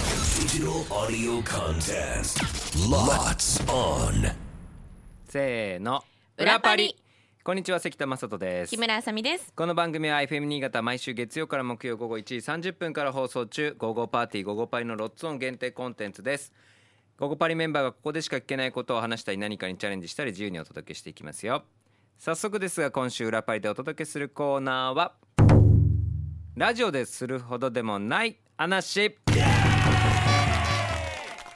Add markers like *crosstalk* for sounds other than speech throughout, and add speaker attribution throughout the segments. Speaker 1: Digital audio contest. Lots on.
Speaker 2: せーの
Speaker 3: 裏パリ
Speaker 2: こんにちは関田正人です
Speaker 3: 木村あさみです
Speaker 2: この番組は FM 新潟毎週月曜から木曜午後1時30分から放送中「午後パーティー午後パリ」のロッツオン限定コンテンツです午後パリメンバーがここでしか聞けないことを話したり何かにチャレンジしたり自由にお届けしていきますよ早速ですが今週裏パリでお届けするコーナーはラジオでするほどでもない話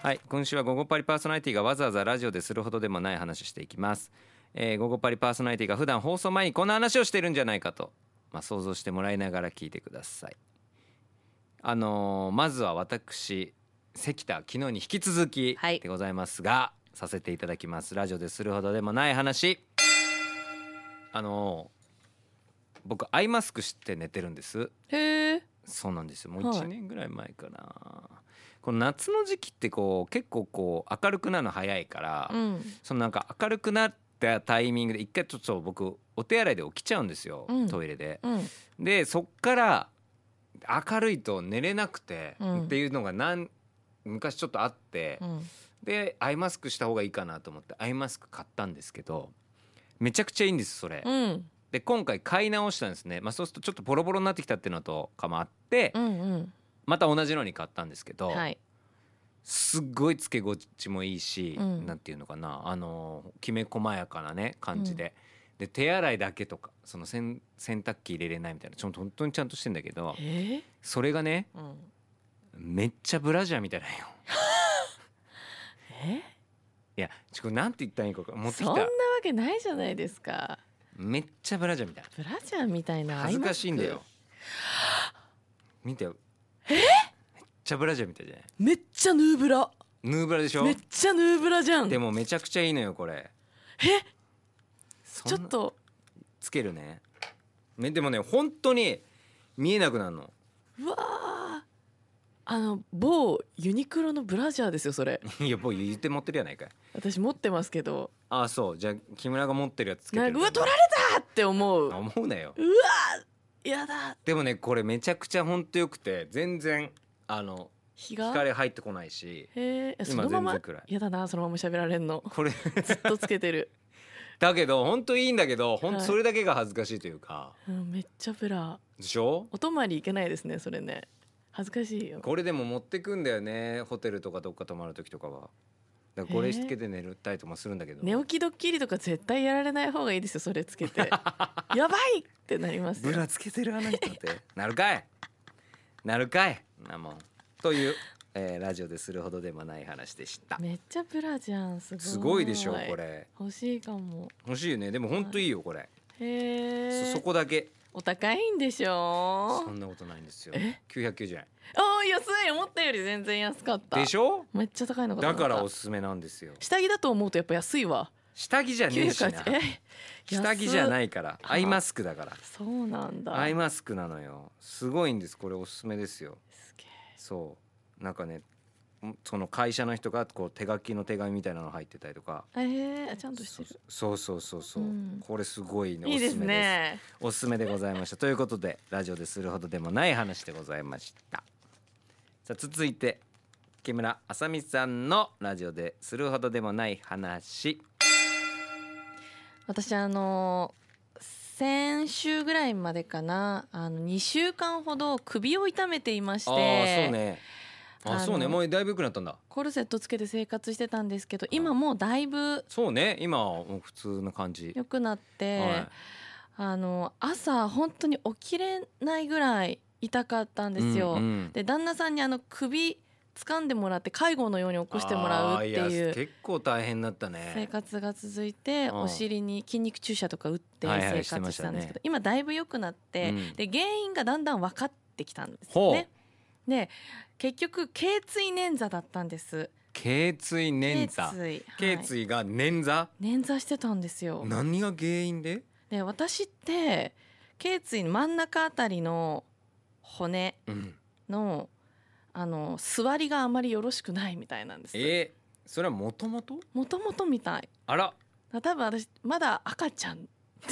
Speaker 2: はい今週は「午後パリ」パーソナリティがわざわざラジオでするほどでもない話していきます「えー、午後パリ」パーソナリティが普段放送前にこんな話をしてるんじゃないかと、まあ、想像してもらいながら聞いてくださいあのーまずは私関田昨日に引き続き
Speaker 3: はい
Speaker 2: でございますが、させていただきますラジオでするほどでもない話あのー僕アイマスクして寝てるんです
Speaker 3: へえ
Speaker 2: そうなんですよもう
Speaker 3: はい
Speaker 2: 1年ぐらい前かな、この夏の時期ってこう結構こう明るくなるの早いから、
Speaker 3: うん
Speaker 2: そのなんか明るくなったタイミングで一回ちょっと僕お手洗いで起きちゃうんですよ、
Speaker 3: うん
Speaker 2: トイレで。
Speaker 3: うん
Speaker 2: でそっから明るいと寝れなくて、
Speaker 3: うん
Speaker 2: っていうのがなん昔ちょっとあって、
Speaker 3: うん
Speaker 2: でアイマスクした方がいいかなと思ってアイマスク買ったんですけどめちゃくちゃいいんですそれ。
Speaker 3: うん
Speaker 2: で今回買い直したんですね、まあ、そうするとちょっとボロボロになってきたっていうのとかもあって、
Speaker 3: うん
Speaker 2: また同じのに買ったんですけど、
Speaker 3: はい
Speaker 2: すっごいつけ心地もいいし、
Speaker 3: うん
Speaker 2: なんていうのかなあのきめ細やかなね感じで、で手洗いだけとかその洗洗濯機入れれないみたいなちょっと本当にちゃんとしてんだけど
Speaker 3: え
Speaker 2: それがね
Speaker 3: うん
Speaker 2: めっちゃブラジャーみたいなんよ。
Speaker 3: え
Speaker 2: いやちょこれなんて言ったらいいのか持ってき
Speaker 3: そんなわ
Speaker 2: た
Speaker 3: けないじゃないですか
Speaker 2: めっちゃブラジャーみたいな
Speaker 3: ブラジャーみたいな
Speaker 2: 恥ずかしいんだよ見てよめっちゃブラジャーみたいじゃない
Speaker 3: めっちゃヌーブラ
Speaker 2: ヌーブラでしょ
Speaker 3: めっちゃヌーブラじゃん
Speaker 2: でもめちゃくちゃいいのよこれ
Speaker 3: え
Speaker 2: そん
Speaker 3: ち
Speaker 2: な
Speaker 3: ょっと
Speaker 2: つけるねねでもね本当に見えなくなるの *laughs*
Speaker 3: うわーあの某ユニクロのブラジャーですよ
Speaker 2: *laughs*
Speaker 3: それ
Speaker 2: いや僕言って持ってるやないかい
Speaker 3: 私持ってますけど
Speaker 2: ああそうじゃあ木村が持ってるやつつけて
Speaker 3: な
Speaker 2: る
Speaker 3: んかうわ取られたって思う
Speaker 2: 思うなよ
Speaker 3: やだ
Speaker 2: でもねこれめちゃくちゃ本当よくて全然あの
Speaker 3: 日が
Speaker 2: 光入ってこないし
Speaker 3: へえそ
Speaker 2: 今
Speaker 3: のま
Speaker 2: 全
Speaker 3: ま
Speaker 2: 然暗い
Speaker 3: やだなそのまま喋られんの
Speaker 2: これ *laughs*
Speaker 3: ずっとつけてる、
Speaker 2: だけど本当いいんだけど本当
Speaker 3: はい
Speaker 2: それだけが恥ずかしいというか、
Speaker 3: うん、めっちゃブラ
Speaker 2: でしょ
Speaker 3: お泊まり行けないですねそれね恥ずかしいよ
Speaker 2: これでも持ってくんだよねホテルとかどっか泊まる時とかはだからこれつけて寝たりともするんだけど、
Speaker 3: 寝起きドッキリとか絶対やられない方がいいですよそれつ
Speaker 2: *laughs*
Speaker 3: けてやばいってなります
Speaker 2: ブ
Speaker 3: よ
Speaker 2: ラつけてるあの人って *laughs* なるかいなるかいなもんという、えーラジオでするほどでもない話でした
Speaker 3: めっちゃブラじゃんすごい
Speaker 2: すごいでしょこれ
Speaker 3: 欲しいかも
Speaker 2: 欲しいよねでも本当いいよこれ、
Speaker 3: へえ
Speaker 2: そそこだけ
Speaker 3: お高いんでし
Speaker 2: そ
Speaker 3: ょ
Speaker 2: んなことないんですよ
Speaker 3: え
Speaker 2: 990円
Speaker 3: あー安い思ったより全然安かった
Speaker 2: でしょ
Speaker 3: めっちゃ高いのかと
Speaker 2: だ
Speaker 3: 思っ
Speaker 2: か
Speaker 3: た
Speaker 2: らおすすめなんですよ
Speaker 3: 下着だと思うとやっぱ安いわ
Speaker 2: 下着じゃねえしな
Speaker 3: 980え
Speaker 2: 下着じゃないいから
Speaker 3: 安っ
Speaker 2: アイマスクだから
Speaker 3: そうなんだ
Speaker 2: アイマスクなのよすごいんですこれおすすめですよ
Speaker 3: すげえ
Speaker 2: そうなんかねんその会社の人がこう手書きの手紙みたいなの入ってたりとか
Speaker 3: えー、あちゃんとしてる。
Speaker 2: そうそうそうそう、
Speaker 3: うん
Speaker 2: これすごいね
Speaker 3: いいですね。
Speaker 2: おすすめですおすすめでございましたということでラジオでするほどでもない話でございましたさあ続いて木村あさみさんのラジオでするほどでもない話
Speaker 3: 私あの先週ぐらいまでかな、あの二週間ほど首を痛めていまして、
Speaker 2: ああーそうね
Speaker 3: あ
Speaker 2: あ
Speaker 3: の
Speaker 2: そうねもうだいぶ良くなったんだ
Speaker 3: コルセットつけて生活してたんですけど、今もうだいぶ
Speaker 2: そうね今はもう普通の感じ、
Speaker 3: 良くなって、
Speaker 2: はい
Speaker 3: あの朝本当に起きれないぐらい痛かったんですよ。
Speaker 2: うんうん
Speaker 3: で旦那さんにあの首掴んでもらって介護のように起こしてもらうって
Speaker 2: あー
Speaker 3: いう
Speaker 2: や結構大変だった
Speaker 3: 生
Speaker 2: ね
Speaker 3: 活が続いて
Speaker 2: うん
Speaker 3: お尻に筋肉注射とか打って
Speaker 2: はいはい
Speaker 3: 生
Speaker 2: して
Speaker 3: 活
Speaker 2: ま
Speaker 3: し
Speaker 2: したた
Speaker 3: ん
Speaker 2: ね
Speaker 3: ですけど今だいぶ良くなって
Speaker 2: うん
Speaker 3: で原因がだんだん分かってきたんですよ
Speaker 2: ほ
Speaker 3: ね。で結局頸椎捻挫だったんです。
Speaker 2: 頸椎捻挫
Speaker 3: 椎
Speaker 2: 頸
Speaker 3: はい
Speaker 2: 椎が捻挫、
Speaker 3: 捻挫してたんですよ。
Speaker 2: 何が原因で
Speaker 3: で私って頸椎の真ん中あたりの骨
Speaker 2: うん
Speaker 3: のあの座りがあまりよろしくないみたいなんで
Speaker 2: え
Speaker 3: す。
Speaker 2: ー、それはもともと
Speaker 3: もともとみたい。
Speaker 2: あら
Speaker 3: 多分私まだ赤ちゃん
Speaker 2: *laughs*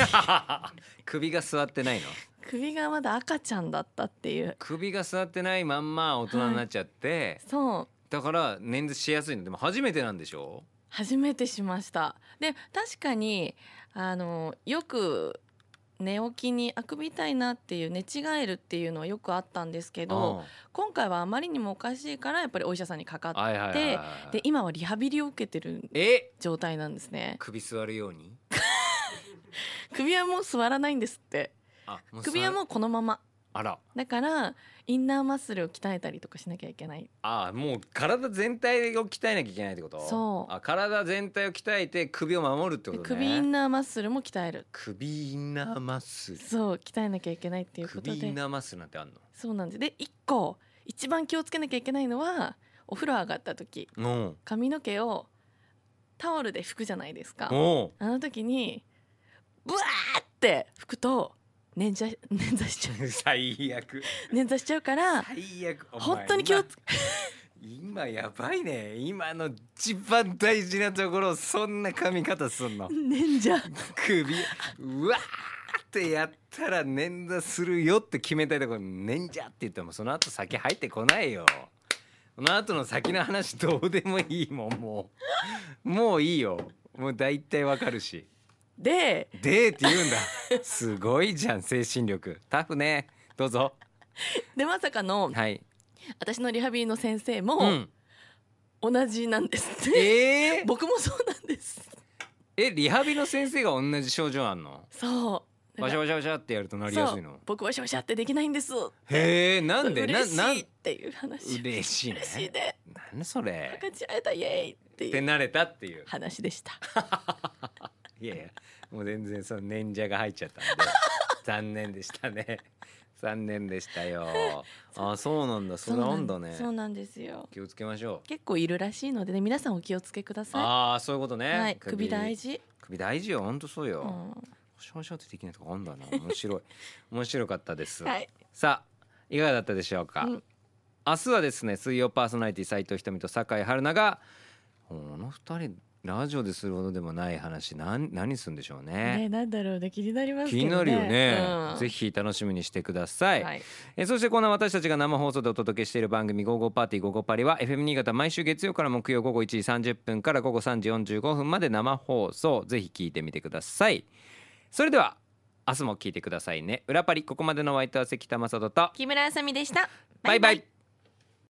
Speaker 2: 首が座ってないの
Speaker 3: 首がまだ赤ちゃんだったっていう
Speaker 2: 首が座ってないまんま大人になっちゃって、
Speaker 3: そう
Speaker 2: だから捻挫しやすいのでも初めてなんでしょ
Speaker 3: 初めてしましたで確かにあのよく寝起きにあくびたいなっていう寝違えるっていうのはよくあったんですけど今回はあまりにもおかしいからやっぱりお医者さんにかか
Speaker 2: うんはいはいはい
Speaker 3: って
Speaker 2: はい
Speaker 3: で今はリハビリを受けてる
Speaker 2: え
Speaker 3: 状態なんですね
Speaker 2: 首座るように
Speaker 3: 首はもう座らないんですって
Speaker 2: あもう座
Speaker 3: 首はもうこのまま
Speaker 2: あら
Speaker 3: だからインナーマッスルを鍛えたりとかしなきゃいけない
Speaker 2: あもう体全体を鍛えなきゃいけないってこと
Speaker 3: そう
Speaker 2: あ体全体を鍛えて首を守るってこ
Speaker 3: で
Speaker 2: とね
Speaker 3: 首インナーマッスルも鍛える
Speaker 2: 首インナーマッスル
Speaker 3: そう鍛えなきゃいけないっていうこと
Speaker 2: 首イ
Speaker 3: で
Speaker 2: ンナーマッスルなんてあん
Speaker 3: そうなんですで一個一番気をつけなきゃいけないのはお風呂上がった時
Speaker 2: の
Speaker 3: 髪の毛をタオルで拭くじゃないですか
Speaker 2: うんおう *laughs*
Speaker 3: あの時にブワーって拭くと捻挫捻挫
Speaker 2: *laughs*
Speaker 3: しちゃ
Speaker 2: 最悪
Speaker 3: う捻挫しちゃうから
Speaker 2: 最悪お前
Speaker 3: 本当に気をつ
Speaker 2: 今今やばいね今の一番大事なところそんな髪型すんの
Speaker 3: 捻挫
Speaker 2: *laughs* 首うわーってやったら捻挫するよって決めたいところに捻挫って言ってもその後先入ってこないよその後の先の話どうでもいいもんもうもういいよもう大体わかるし
Speaker 3: で
Speaker 2: 「で」って言うんだすごいじゃん精神力タフねどうぞ
Speaker 3: でまさかの
Speaker 2: はい、
Speaker 3: 私のリハビリの先生も、
Speaker 2: うん、
Speaker 3: 同じなんですって
Speaker 2: えー、
Speaker 3: 僕もそうなんです
Speaker 2: えリハビリの先生が同じ症状あんの
Speaker 3: そう
Speaker 2: バシャ
Speaker 3: バ
Speaker 2: バシャバシャってやるとなりやすいの
Speaker 3: 僕はシャバシャってできないんです
Speaker 2: へえなんでな
Speaker 3: 嬉し
Speaker 2: ない
Speaker 3: っ
Speaker 2: ん
Speaker 3: ていう話
Speaker 2: 嬉しいね
Speaker 3: 嬉しいで
Speaker 2: なんそれ
Speaker 3: 分かち合えたイエーイって
Speaker 2: って
Speaker 3: いう
Speaker 2: なれたっていう
Speaker 3: 話でした
Speaker 2: いやいやもう全然その忍者が入っちゃったんで
Speaker 3: *laughs*
Speaker 2: 残念でしたね残念でした
Speaker 3: *laughs*
Speaker 2: よあそうなんだそれあんだね
Speaker 3: そうなんですよ
Speaker 2: 気をつけましょう
Speaker 3: 結構いるらしいのでね皆さんお気をつけくださ
Speaker 2: ああそういうこと
Speaker 3: い
Speaker 2: ね、
Speaker 3: はい首大事
Speaker 2: 首大事よほんとそうよ、
Speaker 3: う
Speaker 2: うんシャンシャンってできないとこあんだな面白い
Speaker 3: *laughs*
Speaker 2: 面白かったです、
Speaker 3: はい
Speaker 2: さあいかがだったでしょうか、
Speaker 3: うん
Speaker 2: 明日はですね水曜パーソナリティ斉藤ひとみと酒井春菜がこの二人ラジオでするほどでもない話なん何するんでしょう
Speaker 3: ねなんだろうね気になります
Speaker 2: 気
Speaker 3: けどね
Speaker 2: になるよね、
Speaker 3: うん
Speaker 2: ぜひ楽しみにしてください、
Speaker 3: はい
Speaker 2: えーそしてこんな私たちが生放送でお届けしている番組「ゴーゴーパーティーゴーゴーパリ」は FM 新潟毎週月曜から木曜午後1時30分から午後3時45分まで生放送ぜひ聞いてみてくださいそれでは明日も聞いてくださいね裏パリここまでのお相手は関田正人と
Speaker 3: 木村あさみでした
Speaker 2: バイバイ